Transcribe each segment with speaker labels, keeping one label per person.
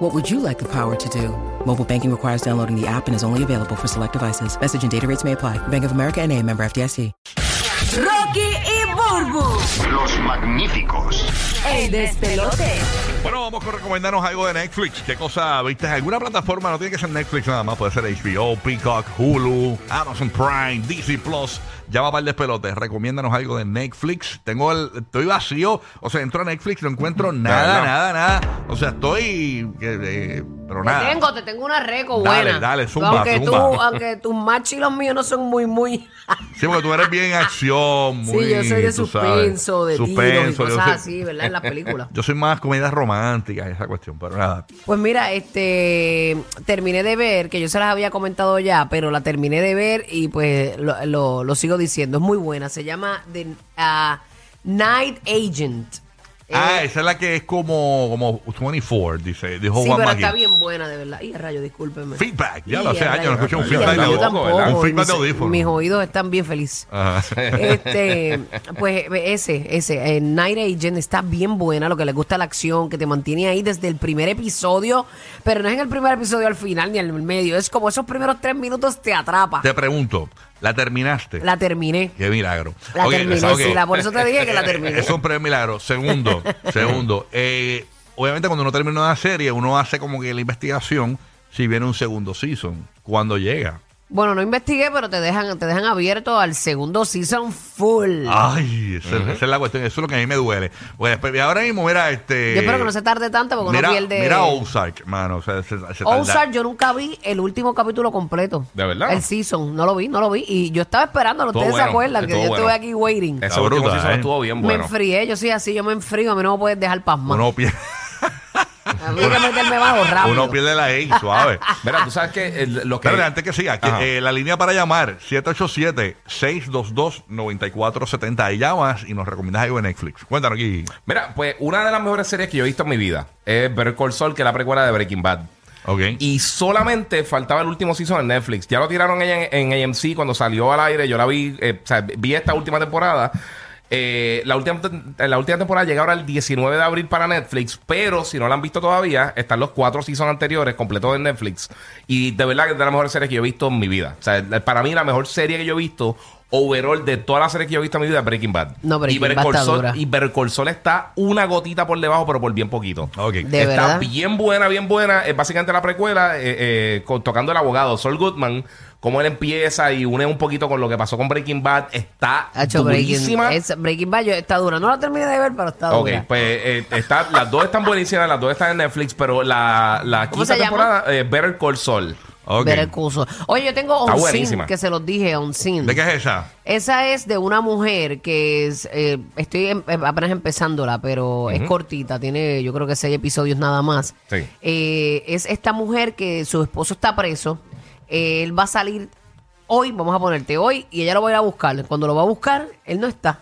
Speaker 1: What would you like the power to do? Mobile banking requires downloading the app and is only available for select devices. Message and data rates may apply. Bank of America and a member FDIC.
Speaker 2: Rocky y Burbu,
Speaker 3: Los magníficos.
Speaker 2: el despelote.
Speaker 4: Bueno, vamos a recomendarnos algo de Netflix. ¿Qué cosa viste? ¿Alguna plataforma? No tiene que ser Netflix nada más. Puede ser HBO, Peacock, Hulu, Amazon Prime, Disney Plus. Llama para el despelote. Recomiéndanos algo de Netflix. Tengo el. Estoy vacío. O sea, entro a Netflix, no encuentro nada,
Speaker 5: no.
Speaker 4: nada, nada. O sea, estoy. eh, eh, pero
Speaker 6: Te
Speaker 4: nada.
Speaker 6: tengo, te tengo una reco
Speaker 4: Dale,
Speaker 6: buena.
Speaker 4: dale, zumba,
Speaker 6: aunque Tú,
Speaker 4: zumba.
Speaker 6: aunque tus machos y los míos no son muy, muy.
Speaker 4: Sí, porque tú eres bien acción, muy.
Speaker 6: Ah. sí, yo soy de
Speaker 4: tú sabes,
Speaker 6: suspenso, de tiros y
Speaker 4: suspenso, yo
Speaker 6: cosas
Speaker 4: soy-
Speaker 6: así, ¿verdad? En las películas.
Speaker 4: Yo soy más comedias románticas, esa cuestión, pero nada.
Speaker 6: Pues mira, este terminé de ver, que yo se las había comentado ya, pero la terminé de ver y pues lo, lo- lo sigo diciendo. Es muy buena. Se llama The ah, Night Agent. Eh,
Speaker 4: Ah, esa es la que es como, como 24, dice, dijo
Speaker 6: sí,
Speaker 4: Juan
Speaker 6: pero
Speaker 4: Magui.
Speaker 6: está bien buena, de verdad. Y rayo, discúlpenme.
Speaker 4: Feedback. Ya
Speaker 6: Y
Speaker 4: lo hace
Speaker 6: a
Speaker 4: años, no
Speaker 6: rayos,
Speaker 4: escucho un
Speaker 6: y a
Speaker 4: feedback de
Speaker 6: rayos, yo
Speaker 4: audífono.
Speaker 6: tampoco,
Speaker 4: Un feedback
Speaker 6: y
Speaker 4: de
Speaker 6: mis-
Speaker 4: audífono.
Speaker 6: Mis oídos están bien felices.
Speaker 4: Ajá.
Speaker 6: Este, pues ese, ese, eh, Night Agent está bien buena, lo que le gusta la acción, que te mantiene ahí desde el primer episodio, pero no es en el primer episodio al final ni al medio, es como esos primeros tres minutos te atrapa.
Speaker 4: Te pregunto, ¿la terminaste?
Speaker 6: La terminé,
Speaker 4: Qué milagro.
Speaker 6: la
Speaker 4: Ok,
Speaker 6: terminé,
Speaker 4: ok.
Speaker 6: sí, la- por eso te dije que la terminé.
Speaker 4: Es un primer milagro. Segundo, segundo. eh, obviamente cuando uno termina una serie, uno hace como que la investigación si viene un segundo season. Cuando llega.
Speaker 6: Bueno, no investigué, pero te dejan, te dejan abierto al segundo season full.
Speaker 4: Ay, esa, esa es la cuestión. Eso es lo que a mí me duele. Bueno, pues, ahora mismo, mira, este...
Speaker 6: Yo espero que no se tarde tanto porque uno
Speaker 4: mira,
Speaker 6: pierde-
Speaker 4: Mira Ozark, mano. O sea, se, se tarda-
Speaker 6: Ozark, yo nunca vi el último capítulo completo.
Speaker 5: ¿De verdad?
Speaker 6: El season, no lo vi, no lo vi. Y yo estaba esperándolo,
Speaker 5: Estuvo
Speaker 6: ustedes se
Speaker 5: bueno,
Speaker 6: acuerdan que yo
Speaker 5: estuvo
Speaker 6: estuve
Speaker 5: bueno.
Speaker 6: aquí waiting.
Speaker 5: Ese
Speaker 4: brutal,
Speaker 5: último season
Speaker 4: ¿eh?
Speaker 5: estuvo bien bueno.
Speaker 6: Me enfrié, yo soy así, yo me enfrío, a mí no me puedes dejar pasmar.
Speaker 4: Uno pierde,
Speaker 6: A mí hay que meterme bajo rápido.
Speaker 4: uno pierde la E, suave.
Speaker 5: Mira, tú sabes que el- lo que...
Speaker 4: Espérate, antes que siga, que,
Speaker 5: Ajá.
Speaker 4: eh, la línea para llamar, 787-622-9470. Ahí llamas y nos recomiendas algo de Netflix. Cuéntanos aquí.
Speaker 5: Mira, pues una de las mejores series que yo he visto en mi vida es Better Call Saul, que es la precuela de Breaking Bad.
Speaker 4: Ok.
Speaker 5: Y solamente faltaba el último season en Netflix. Ya lo tiraron en, en AMC cuando salió al aire. Yo la vi, eh, o sea, vi esta última temporada. Eh, la, última, tem- la última temporada llega ahora el 19 de abril para Netflix, pero si no la han visto todavía, están los cuatro seasons anteriores completos en Netflix. Y de verdad que es de las mejores series que yo he visto en mi vida. O sea, eh, para mí la mejor serie que yo he visto, overall, de todas las series que yo he visto en mi vida, es Breaking Bad.
Speaker 6: No, Breaking
Speaker 5: y Better
Speaker 6: Bad
Speaker 5: Call
Speaker 6: está
Speaker 5: Saul-
Speaker 6: dura.
Speaker 5: Y Better Call Saul está una gotita por debajo, pero por bien poquito.
Speaker 4: Ok.
Speaker 6: De
Speaker 5: Está
Speaker 6: verdad.
Speaker 5: bien buena, bien buena. Es básicamente la precuela eh, eh, con- tocando el abogado Sol Goodman. Cómo él empieza y une un poquito con lo que pasó con Breaking Bad. Está
Speaker 6: Ha hecho Breaking,
Speaker 5: durísima.
Speaker 6: es- Breaking Bad yo- está dura. No la terminé de ver, pero está
Speaker 5: Ok,
Speaker 6: dura.
Speaker 5: pues eh, está- las dos están buenísimas, las dos están en Netflix, pero la, la
Speaker 6: ¿Cómo
Speaker 5: quinta
Speaker 6: se llama?
Speaker 5: temporada, eh, Better Call Saul.
Speaker 4: ok.
Speaker 6: Ver el curso. Oye, yo tengo
Speaker 5: Está
Speaker 6: Onsin,
Speaker 5: buenísima.
Speaker 6: que se los dije, Onsin.
Speaker 4: ¿De qué es esa?
Speaker 6: Esa es de una mujer que es, eh, estoy em- em- apenas empezándola, pero es cortita, tiene yo creo que seis episodios nada más.
Speaker 5: Sí.
Speaker 6: Eh, es esta mujer que su esposo está preso, eh, él va a salir hoy, vamos a ponerte hoy, y ella lo va a ir a buscar. Cuando lo va a buscar, él no está.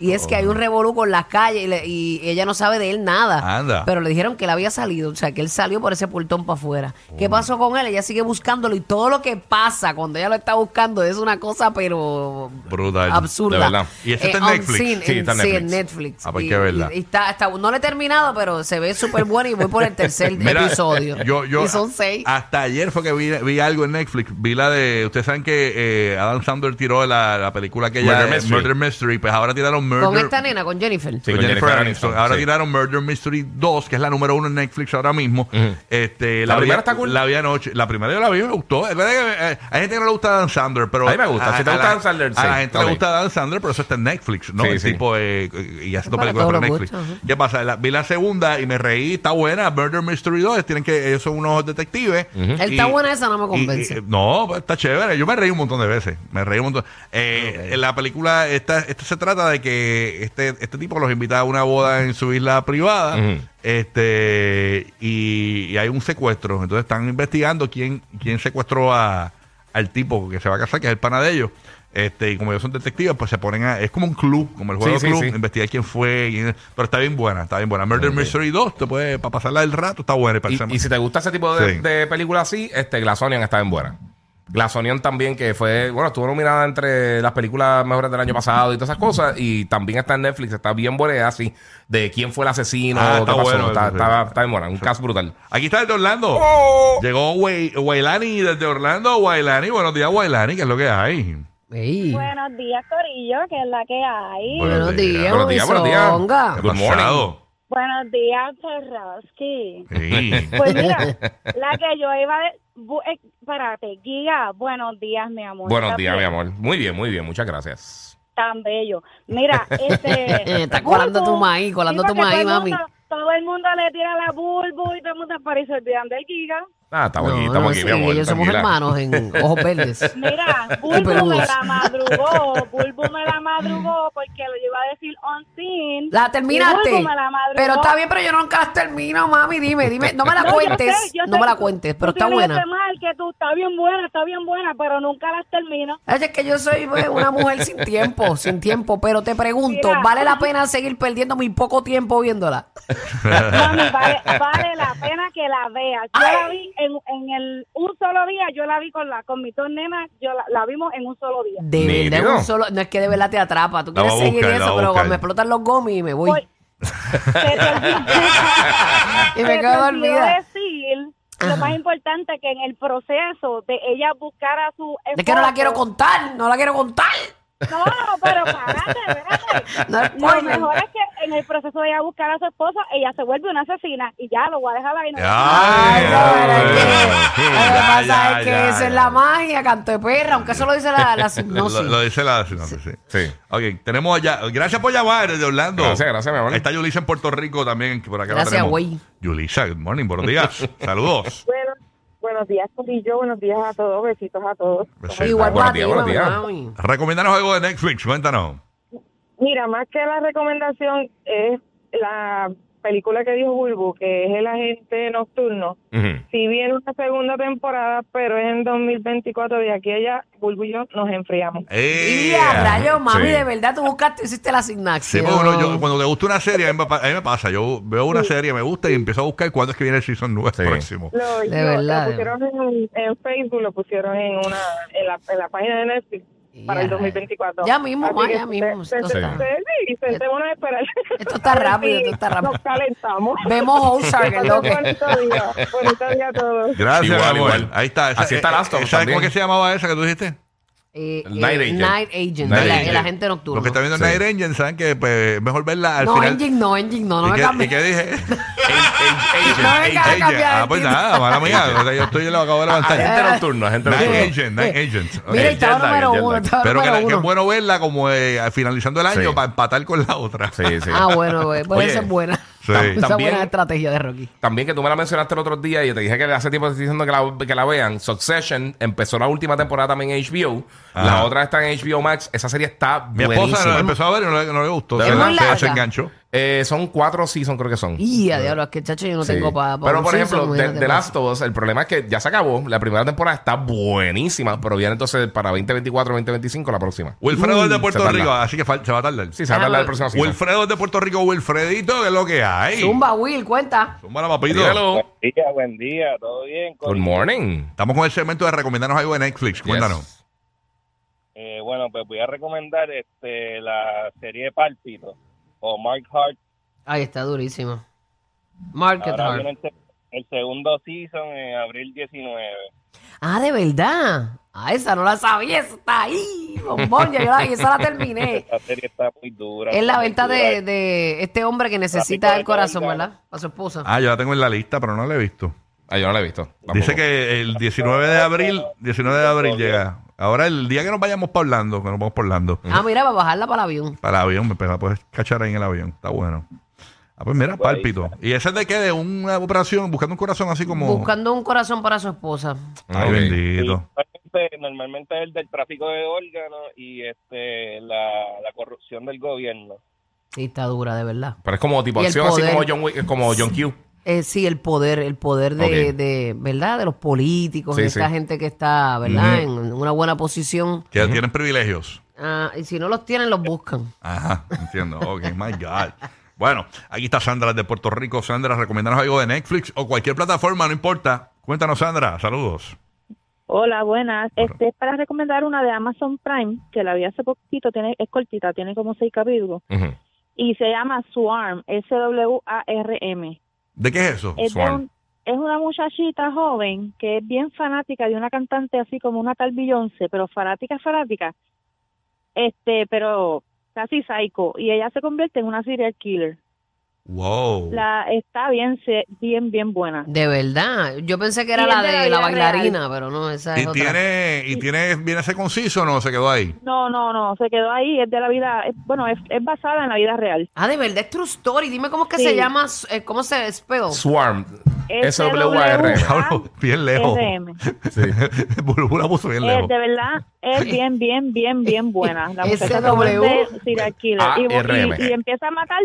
Speaker 6: Y es que
Speaker 4: Oh.
Speaker 6: hay un revolú con la calle y, le- y ella no sabe de él nada.
Speaker 4: Anda.
Speaker 6: Pero le dijeron que él había salido, o sea, que él salió por ese portón para afuera.
Speaker 4: Oh.
Speaker 6: ¿Qué pasó con él? Ella sigue buscándolo y todo lo que pasa cuando ella lo está buscando es una cosa, pero
Speaker 4: Brutal.
Speaker 6: absurda.
Speaker 5: de verdad.
Speaker 4: Y ese está en
Speaker 6: on
Speaker 4: Netflix.
Speaker 6: scene,
Speaker 5: Sí,
Speaker 6: en-
Speaker 5: está en
Speaker 6: sí, en
Speaker 5: Netflix.
Speaker 6: Netflix.
Speaker 4: Ah, pues hay
Speaker 6: Y-
Speaker 4: que verla.
Speaker 6: y- y está, está- no le he terminado, pero se ve súper bueno y voy por el tercer
Speaker 4: Mira,
Speaker 6: episodio.
Speaker 4: Yo, yo,
Speaker 6: y son seis.
Speaker 4: Hasta ayer fue que vi, vi algo en Netflix. Vi la de. Ustedes saben que eh, Adam Sandler tiró la, la película que ya
Speaker 5: Murder Mystery.
Speaker 4: Murder Mystery. Pues ahora tiraron Murder
Speaker 6: con esta nena, con Jennifer.
Speaker 5: Sí,
Speaker 4: con
Speaker 5: con
Speaker 4: Jennifer
Speaker 5: Jennifer
Speaker 4: Aniston.
Speaker 5: Aniston,
Speaker 4: Ahora
Speaker 5: sí.
Speaker 4: tiraron Murder Mystery 2, que es la número uno en Netflix ahora mismo. este,
Speaker 5: La
Speaker 4: vi-
Speaker 5: primera está cool.
Speaker 4: La vi anoche. La primera yo la vi me gustó. Es verdad que, eh, hay gente que no le gusta Dan Sandler, pero...
Speaker 5: A mí me gusta. Si te gusta
Speaker 4: la-
Speaker 5: Dan Sandler,
Speaker 4: A la
Speaker 5: sí.
Speaker 4: gente
Speaker 5: Ok.
Speaker 4: le gusta Dan Sandler, pero eso está en Netflix, ¿no?
Speaker 5: Sí,
Speaker 4: el
Speaker 5: sí.
Speaker 4: tipo eh, eh, y haciendo
Speaker 6: Para
Speaker 4: películas
Speaker 6: todos
Speaker 4: para
Speaker 6: los
Speaker 4: Netflix.
Speaker 6: gustos, ajá.
Speaker 4: ¿Qué pasa? La- vi la segunda y me reí. Está buena. Murder Mystery 2. Tienen que... Ellos son unos detectives.
Speaker 6: Él
Speaker 4: Y-
Speaker 6: está buena esa, no me
Speaker 4: y-
Speaker 6: convence.
Speaker 4: y- no, pues, está chévere. Yo me reí un montón de veces. Me reí un montón. Eh, en la película, esta, esta se trata de que este, este tipo los invita a una boda en su isla privada.
Speaker 5: Ujú.
Speaker 4: Este y, y hay un secuestro. Entonces están investigando quién, quién secuestró a, al tipo que se va a casar, que es el pana de ellos. Este, y como ellos son detectives, pues se ponen a. Es como un club, como el juego
Speaker 5: Sí,
Speaker 4: de
Speaker 5: sí,
Speaker 4: club,
Speaker 5: sí.
Speaker 4: investigar quién fue. quién- pero está bien buena, está bien buena. Murder Mystery 2, te puede, para pasarla el rato, está buena. para el
Speaker 5: Y,
Speaker 4: sema-
Speaker 5: y si te gusta ese tipo de,
Speaker 4: Sí.
Speaker 5: de películas así, este, Glassonian está bien buena. Glassonian también, que fue, bueno, estuvo nominada entre las películas mejores del año pasado y todas esas cosas. Y también está en Netflix, está bien buena, es así, de quién fue el asesino,
Speaker 4: Ah,
Speaker 5: qué
Speaker 4: está
Speaker 5: pasó.
Speaker 4: bueno,
Speaker 5: está,
Speaker 4: sí.
Speaker 5: está- está bien buena, un caso brutal.
Speaker 4: Aquí está el de Orlando.
Speaker 6: Oh.
Speaker 4: Llegó Wei- Wailani desde Orlando. Wailani, buenos días, Wailani, que es lo que hay.
Speaker 6: Ey.
Speaker 7: Buenos días, Corillo, que es la que hay.
Speaker 4: Bueno.
Speaker 6: Buenos días,
Speaker 5: Buenos días, buenos días.
Speaker 6: Movisonga.
Speaker 5: Good morning.
Speaker 4: Pasado.
Speaker 7: Buenos días, Terroski.
Speaker 4: Sí.
Speaker 7: Pues mira, la que yo iba de... bu- eh, espérate, guía, buenos días, mi amor.
Speaker 5: Buenos
Speaker 7: Estás
Speaker 5: días, mi
Speaker 7: bien,
Speaker 5: amor. Muy bien, muy bien, muchas gracias.
Speaker 7: Tan bello. Mira, este...
Speaker 6: Está colando tu maíz, colando
Speaker 7: Sí,
Speaker 6: tu
Speaker 7: porque todo
Speaker 6: maíz,
Speaker 7: el
Speaker 6: mami.
Speaker 7: mundo- Todo el mundo le tira la bulbo y todo el mundo por ahí se olvidan del giga.
Speaker 5: Ah, estamos
Speaker 6: No,
Speaker 5: aquí,
Speaker 6: no,
Speaker 5: estamos aquí,
Speaker 6: sí,
Speaker 5: mi amor.
Speaker 6: ellos somos
Speaker 5: tranquila.
Speaker 6: hermanos en ojos verdes.
Speaker 7: Mira,
Speaker 6: Pero
Speaker 7: Bulbu me
Speaker 6: dudas.
Speaker 7: la madrugó, Bulbu me la madrugó porque lo iba a decir on scene.
Speaker 6: La
Speaker 7: Y
Speaker 6: terminaste.
Speaker 7: Bulbu me la madrugó.
Speaker 6: Pero está bien, pero yo nunca las termino, mami. Dime, dime. No me la
Speaker 7: No, yo
Speaker 6: cuentes.
Speaker 7: sé, yo
Speaker 6: no
Speaker 7: sé
Speaker 6: me la
Speaker 7: que
Speaker 6: cuentes,
Speaker 7: tú
Speaker 6: pero está
Speaker 7: tienes
Speaker 6: buena.
Speaker 7: ese mal que tú, está bien buena, está bien buena, pero nunca las termino.
Speaker 6: Ay, Es que yo soy pues, una mujer sin tiempo, sin tiempo, pero te pregunto,
Speaker 7: Mira.
Speaker 6: ¿vale la pena seguir perdiendo mi poco tiempo viéndola?
Speaker 7: Mami, vale, vale la pena que la veas. Yo la vi en, en el, un solo día, yo la vi con la con mis dos nenas, yo la, la vimos en un solo día.
Speaker 6: De
Speaker 5: Nítido.
Speaker 6: verdad, un solo, no es que de verdad te atrapa. Tú
Speaker 4: La
Speaker 6: quieres
Speaker 4: voy a
Speaker 6: seguir
Speaker 4: buscar, la
Speaker 6: eso,
Speaker 4: voy a
Speaker 6: pero
Speaker 4: buscar.
Speaker 6: me explotan los gomis y me voy.
Speaker 7: Voy. Se te olvidó-
Speaker 6: Y me
Speaker 7: se
Speaker 6: quedo
Speaker 7: te olvidó
Speaker 6: dormida.
Speaker 7: decir
Speaker 6: Ajá.
Speaker 7: lo más importante que en el proceso de ella buscar a su
Speaker 6: Es que no la quiero
Speaker 7: esposo,
Speaker 6: contar, no la quiero contar.
Speaker 7: No, pero parate, espérate.
Speaker 6: No,
Speaker 7: Lo
Speaker 6: spoiler.
Speaker 7: mejor es que en el proceso de ella buscar a su esposo, ella se vuelve una asesina y ya lo voy a dejar ahí. No,
Speaker 6: Ay,
Speaker 4: Ay,
Speaker 6: no, pero es que-
Speaker 4: Sí,
Speaker 6: Lo que
Speaker 4: ya,
Speaker 6: pasa
Speaker 4: ya,
Speaker 6: es que
Speaker 4: ya,
Speaker 6: esa
Speaker 4: ya.
Speaker 6: es la magia, canto de perra, aunque eso lo dice la, la
Speaker 4: Lo,
Speaker 6: sinopsis.
Speaker 4: lo dice la sinopsis, sí.
Speaker 5: Sí.
Speaker 4: Ok, tenemos allá. Gracias por llamar desde Orlando.
Speaker 5: Gracias, gracias, mi amor.
Speaker 4: Está Yulisa en Puerto Rico también, que por acá la
Speaker 6: Gracias,
Speaker 4: tenemos.
Speaker 6: güey.
Speaker 4: Yulisa, good morning, buenos días. Saludos.
Speaker 8: Bueno, buenos días, Corillo. Buenos días a todos. Besitos a todos.
Speaker 4: Besito.
Speaker 6: Igual
Speaker 5: Buenos
Speaker 6: para ti,
Speaker 5: días, buenos
Speaker 6: mami,
Speaker 5: días.
Speaker 6: mami.
Speaker 4: Recomiéndanos algo de Netflix, cuéntanos.
Speaker 8: Mira, más que la recomendación es la película que dijo Bulbu, que es El Agente Nocturno.
Speaker 5: Ujú.
Speaker 8: Si viene una segunda temporada, pero es en 2024, de aquí a allá, Bulbu y yo nos enfriamos.
Speaker 6: Y
Speaker 4: Yeah.
Speaker 6: a rayo, mami,
Speaker 5: Sí.
Speaker 6: de verdad tú buscaste, hiciste la
Speaker 4: eh, Sí,
Speaker 6: sinopsis.
Speaker 4: porque uno- yo- cuando te gusta una serie, a mí, me, pa- a mí me pasa. Yo veo una serie, me gusta y empiezo a buscar cuándo es que viene el season 9
Speaker 5: Sí.
Speaker 4: próximo.
Speaker 8: Lo,
Speaker 6: De
Speaker 8: lo- lo
Speaker 6: verdad.
Speaker 8: pusieron en, en Facebook, lo pusieron en una en la, en la página de Netflix para el 2024.
Speaker 6: Ya mismo,
Speaker 8: Así
Speaker 6: ma,
Speaker 8: que
Speaker 6: ya mismo,
Speaker 8: Se,
Speaker 6: esto
Speaker 8: se,
Speaker 6: está-
Speaker 8: se- sí, sentémonos a esperar.
Speaker 6: Esto está
Speaker 8: A ver
Speaker 6: rápido,
Speaker 8: si
Speaker 6: esto está rápido.
Speaker 8: Nos calentamos.
Speaker 6: Vemos Ozark, el
Speaker 8: Saludos,
Speaker 6: loco.
Speaker 8: bonito día. Bonito día a todos.
Speaker 4: Gracias,
Speaker 5: Igual,
Speaker 4: mi amor.
Speaker 5: igual.
Speaker 4: Ahí está.
Speaker 5: Así está Last of
Speaker 4: ¿Sabes
Speaker 5: Us también.
Speaker 4: cómo es que se llamaba esa que tú dijiste?
Speaker 6: Eh,
Speaker 5: El Night
Speaker 6: eh,
Speaker 5: Agent.
Speaker 6: Night Agent,
Speaker 5: Night
Speaker 6: el-
Speaker 5: Agent.
Speaker 6: el agente
Speaker 4: Los que
Speaker 6: nocturno.
Speaker 4: están viendo
Speaker 5: Sí.
Speaker 4: Night Engine saben que pues, mejor verla al
Speaker 6: No,
Speaker 4: final.
Speaker 6: Engine no, Engine no, no
Speaker 4: ¿Y
Speaker 6: me
Speaker 4: qué- ¿Y
Speaker 6: cambies.
Speaker 4: qué dije?
Speaker 6: No me
Speaker 5: Agent,
Speaker 6: vengas a
Speaker 5: agent, agent.
Speaker 6: cambiar
Speaker 4: Ah,
Speaker 6: el
Speaker 4: pues
Speaker 6: título. Ah,
Speaker 4: nada, mala mía. O sea, Yo estoy yo lo acabo de levantar.
Speaker 5: Agente nocturno, agente
Speaker 4: Night
Speaker 5: nocturno.
Speaker 4: Agent, Night Agent. Ok.
Speaker 6: Mira, y estaba
Speaker 5: jet lag,
Speaker 6: número
Speaker 5: el jet
Speaker 6: uno,
Speaker 5: lag.
Speaker 6: estaba
Speaker 4: Pero que,
Speaker 6: número
Speaker 4: que es
Speaker 6: uno.
Speaker 4: bueno verla como eh, finalizando el año
Speaker 5: Sí.
Speaker 4: para empatar con la otra.
Speaker 5: Sí, sí.
Speaker 6: Ah, bueno, güey, pues
Speaker 5: Oye,
Speaker 6: esa es buena.
Speaker 4: sí.
Speaker 6: Esa es
Speaker 5: También-
Speaker 6: buena estrategia de Rocky.
Speaker 5: También que tú me la mencionaste el otro día y yo te dije que hace tiempo te estoy diciendo que la, que la vean. Succession empezó la última temporada también en HBO.
Speaker 4: Ajá.
Speaker 5: La otra está en HBO Max. Esa serie está
Speaker 4: Mi esposa
Speaker 5: buenísima.
Speaker 4: la empezó a ver y no le, no le gustó.
Speaker 5: Es
Speaker 4: Se,
Speaker 5: muy
Speaker 4: la- se-
Speaker 6: larga.
Speaker 4: se enganchó.
Speaker 5: Eh, son cuatro seasons creo que son.
Speaker 6: Y a diablo, es que chacho yo no
Speaker 5: Sí.
Speaker 6: tengo para.
Speaker 5: pero por ejemplo, The, The Last of Us, el problema es que ya se acabó. La primera temporada está buenísima, pero viene entonces para 2024, 2025 la próxima.
Speaker 4: Wilfredo es de
Speaker 5: Mm, se
Speaker 4: Puerto
Speaker 5: tarda.
Speaker 4: Rico, así que fal- se va a tardar.
Speaker 5: Sí, se habla
Speaker 6: Ah,
Speaker 5: la
Speaker 6: bueno.
Speaker 5: próxima season.
Speaker 4: Wilfredo es de Puerto Rico, Wilfredito, que es lo que hay.
Speaker 6: Zumba, Will, cuenta.
Speaker 4: Zumba la papito.
Speaker 5: Dígalo.
Speaker 9: Buen día, buen día, todo bien.
Speaker 5: Good morning.
Speaker 4: Estamos con el segmento de recomendarnos algo de Netflix. Cuéntanos.
Speaker 5: Yes.
Speaker 9: Eh, bueno, pues voy a recomendar este la serie Pálpito o Mark Hart.
Speaker 6: Ahí está durísimo. Market
Speaker 9: Ahora
Speaker 6: Hard.
Speaker 9: viene el, se- el segundo season en abril 19.
Speaker 6: Ah, de verdad. Ah, esa no la sabía, esa está ahí. Bombón, ya yo la, esa la terminé.
Speaker 9: La serie está muy dura.
Speaker 6: Es la
Speaker 9: muy
Speaker 6: venta
Speaker 9: dura.
Speaker 6: de, de este hombre que necesita
Speaker 9: Tráfico de
Speaker 6: el corazón,
Speaker 9: droga.
Speaker 6: ¿verdad? Para su esposa.
Speaker 4: Ah, yo la tengo en la lista, pero no la he visto.
Speaker 5: Ah, yo no la he visto.
Speaker 4: Dice
Speaker 5: Tampoco.
Speaker 4: que el 19 de abril, 19 de abril llega. Ahora el día que nos vayamos para Orlando, que nos vamos para Orlando.
Speaker 5: Mm.
Speaker 6: Ah, mira, para bajarla para el avión.
Speaker 4: Para el avión, me pues la puedes cachar ahí en el avión. Está bueno. Ah, pues mira, pálpito. ¿Y ese es de qué? ¿De una operación? ¿Buscando un corazón así como...?
Speaker 6: Buscando un corazón para su esposa.
Speaker 4: Ay,
Speaker 5: Ah, Ok.
Speaker 9: Sí,
Speaker 4: bendito.
Speaker 9: normalmente- Normalmente es el del tráfico de órganos y este la, la corrupción del gobierno.
Speaker 6: Sí, está dura, de verdad.
Speaker 5: Pero es como tipo
Speaker 6: Y el
Speaker 5: acción, así
Speaker 6: poder.
Speaker 5: como John, Wick- como John Q.
Speaker 6: Eh, sí, el poder, el poder de,
Speaker 5: Ok.
Speaker 6: de, ¿verdad? De los políticos,
Speaker 5: Sí,
Speaker 6: de esta
Speaker 5: sí.
Speaker 6: gente que está, ¿verdad? En una buena posición.
Speaker 4: Que tienen privilegios.
Speaker 6: Ah, y si no los tienen, los buscan.
Speaker 4: Ajá, entiendo. Ok, my God. Bueno, aquí está Sandra de Puerto Rico. Sandra, recomendanos algo de Netflix o cualquier plataforma, no importa. Cuéntanos, Sandra. Saludos.
Speaker 8: Hola, buenas. Este es para recomendar una de Amazon Prime, que la vi hace poquito, tiene, es cortita, tiene como seis capítulos,
Speaker 5: Ujú.
Speaker 8: y se llama Swarm, S-W-A-R-M.
Speaker 4: ¿De qué es eso?
Speaker 8: Es, de
Speaker 5: Swarm.
Speaker 8: un- es una muchachita joven que es bien fanática de una cantante así como una tal Beyoncé, pero fanática, fanática, este, pero casi psycho, y ella se convierte en una serial killer.
Speaker 4: Wow.
Speaker 8: La está bien, se- bien, bien buena.
Speaker 6: De verdad. Yo pensé que era
Speaker 8: Sí,
Speaker 6: la
Speaker 8: es de la
Speaker 6: de la
Speaker 8: vida real.
Speaker 6: bailarina, pero no, esa es
Speaker 4: ¿Y
Speaker 6: otra.
Speaker 4: tiene, y tiene, viene a ser conciso o no? Se quedó ahí.
Speaker 8: No, no, no, se quedó ahí, es de la vida, es- bueno, es, es basada en la vida real.
Speaker 6: Ah, de verdad, es True Story. Dime cómo es que
Speaker 8: Sí.
Speaker 6: se llama, eh, cómo se es pedo.
Speaker 5: Swarm.
Speaker 8: SWAR.
Speaker 5: S-W-A-R.
Speaker 4: Diablo, bien lejos.
Speaker 8: RM.
Speaker 4: Burbura puso bien
Speaker 8: Es,
Speaker 4: lejos.
Speaker 8: de verdad, es bien, bien, bien, bien buena. La muchacha se
Speaker 6: SW.
Speaker 8: vuelve serial killer.
Speaker 4: Ah,
Speaker 8: Y,
Speaker 5: ARM.
Speaker 8: y- y empieza a matar,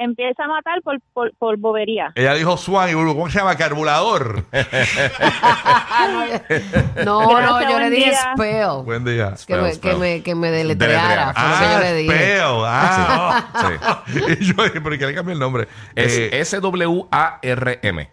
Speaker 8: empieza a matar por, por, por bobería.
Speaker 4: Ella dijo Swan y Burbu, ¿cómo se llama? Carbulador.
Speaker 6: Ah, No, no, yo
Speaker 8: Gracias,
Speaker 6: le
Speaker 8: buen
Speaker 6: dije
Speaker 8: día.
Speaker 6: spell.
Speaker 4: Buen día. Ah,
Speaker 6: Que, me,
Speaker 5: Spell,
Speaker 6: que,
Speaker 5: spell.
Speaker 6: me, que me deletreara.
Speaker 5: Deletreara.
Speaker 6: Fue lo que yo le dije.
Speaker 4: Spell. Ah,
Speaker 5: Sí.
Speaker 4: oh. y yo dije, ¿por qué le cambió el nombre?
Speaker 5: Es
Speaker 4: Eh,
Speaker 5: S-W-A-R-M.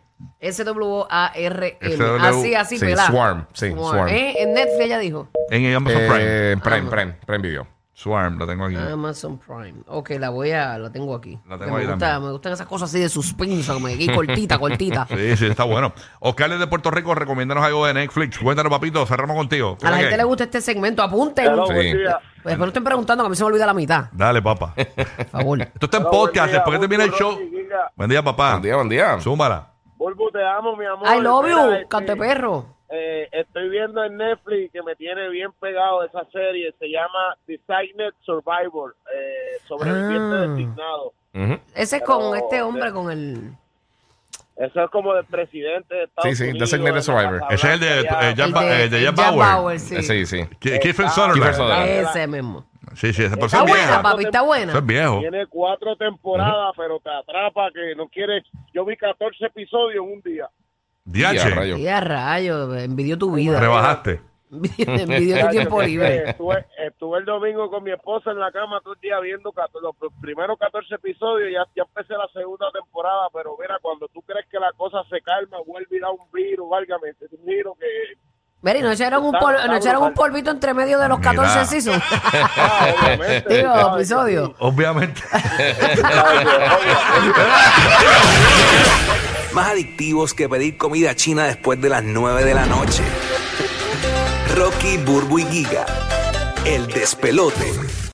Speaker 6: S-W-A-R-M.
Speaker 4: SW.
Speaker 6: Así, así,
Speaker 5: Sí,
Speaker 6: pelada.
Speaker 5: Swarm. Sí,
Speaker 6: Swarm.
Speaker 5: Swarm.
Speaker 6: Eh, En Netflix ella dijo.
Speaker 4: en Amazon Prime.
Speaker 5: Eh,
Speaker 6: Ah.
Speaker 5: Prime, Prime, Prime Video.
Speaker 4: Swarm, lo tengo aquí.
Speaker 6: eh, Amazon Prime. Ok, la voy a, la tengo aquí.
Speaker 4: La tengo
Speaker 6: Porque me,
Speaker 4: ahí
Speaker 6: gusta,
Speaker 4: también.
Speaker 6: me gustan esas cosas así de suspenso, como aquí cortita, cortita.
Speaker 4: Sí, sí, está bueno. Oscar de Puerto Rico, recomiéndanos algo de Netflix. Cuéntanos, papito, cerramos contigo.
Speaker 6: A la
Speaker 4: ¿Qué?
Speaker 6: gente le gusta este segmento, apunten. Pues
Speaker 9: Hello,
Speaker 5: Sí.
Speaker 9: buen día.
Speaker 6: Después no estén preguntando que a mí se me olvida la mitad,
Speaker 4: Dale, papá. Esto
Speaker 6: por favor.
Speaker 4: está en podcast,
Speaker 9: Hello, buen día,
Speaker 4: después que termine el
Speaker 9: Burbu,
Speaker 4: show.
Speaker 9: Rocky, Giga.
Speaker 4: Buen día, papá.
Speaker 5: Buen día, buen día.
Speaker 4: Súmala.
Speaker 9: Burbu, te amo, mi amor.
Speaker 6: I love
Speaker 9: Mira,
Speaker 6: you,
Speaker 9: este,
Speaker 6: cante perro.
Speaker 9: eh, estoy viendo en Netflix que me tiene bien pegado esa serie. Se llama Designated Survivor, eh, sobreviviente
Speaker 6: Ah.
Speaker 9: designado.
Speaker 5: Ujú.
Speaker 6: Ese es con
Speaker 9: Pero-
Speaker 6: este hombre, con el...
Speaker 9: Eso es como del presidente de Estados
Speaker 5: Sí, sí,
Speaker 9: Unidos.
Speaker 5: Designated
Speaker 9: de la
Speaker 5: Survivor.
Speaker 9: Casa
Speaker 4: Ese es el de,
Speaker 9: Blanca,
Speaker 4: eh,
Speaker 9: ya-
Speaker 4: Jack
Speaker 6: el
Speaker 4: Ba- eh, de Jack Bauer.
Speaker 6: sí.
Speaker 5: Eh, Sí, sí.
Speaker 4: Ki- Kiefer
Speaker 9: Ah,
Speaker 4: Sutherland.
Speaker 5: Kiefer Sutherland.
Speaker 6: Ese mismo.
Speaker 4: Sí, sí, esa
Speaker 6: Está
Speaker 4: persona es
Speaker 6: buena,
Speaker 4: vieja.
Speaker 6: papi, está
Speaker 4: Eso es
Speaker 6: buena.
Speaker 4: viejo.
Speaker 9: Tiene cuatro temporadas, pero te atrapa que no quieres. Yo vi 14 episodios en un día.
Speaker 5: Ya,
Speaker 4: Diache,
Speaker 5: rayo.
Speaker 6: Y a rayo, envidió tu vida.
Speaker 4: rebajaste.
Speaker 6: envidió tu tiempo libre.
Speaker 9: Estuve, estuve el domingo con mi esposa en la cama todo el día viendo cat- los pr- primeros 14 episodios. Ya, ya empecé la segunda temporada, pero mira, cuando tú crees que la cosa se calma, vuelve a ir a un virus, válgame, es un virus que.
Speaker 6: Mira, y no echaron un, pol- no echaron un polvito entre medio de los
Speaker 4: Mira.
Speaker 6: 14 seasons.
Speaker 9: Ah, obviamente,
Speaker 6: Digo,
Speaker 9: ¿sabes?
Speaker 6: episodio.
Speaker 4: Obviamente.
Speaker 10: Más adictivos que pedir comida china después de las 9 de la noche. Rocky, Burbu y Giga. El despelote.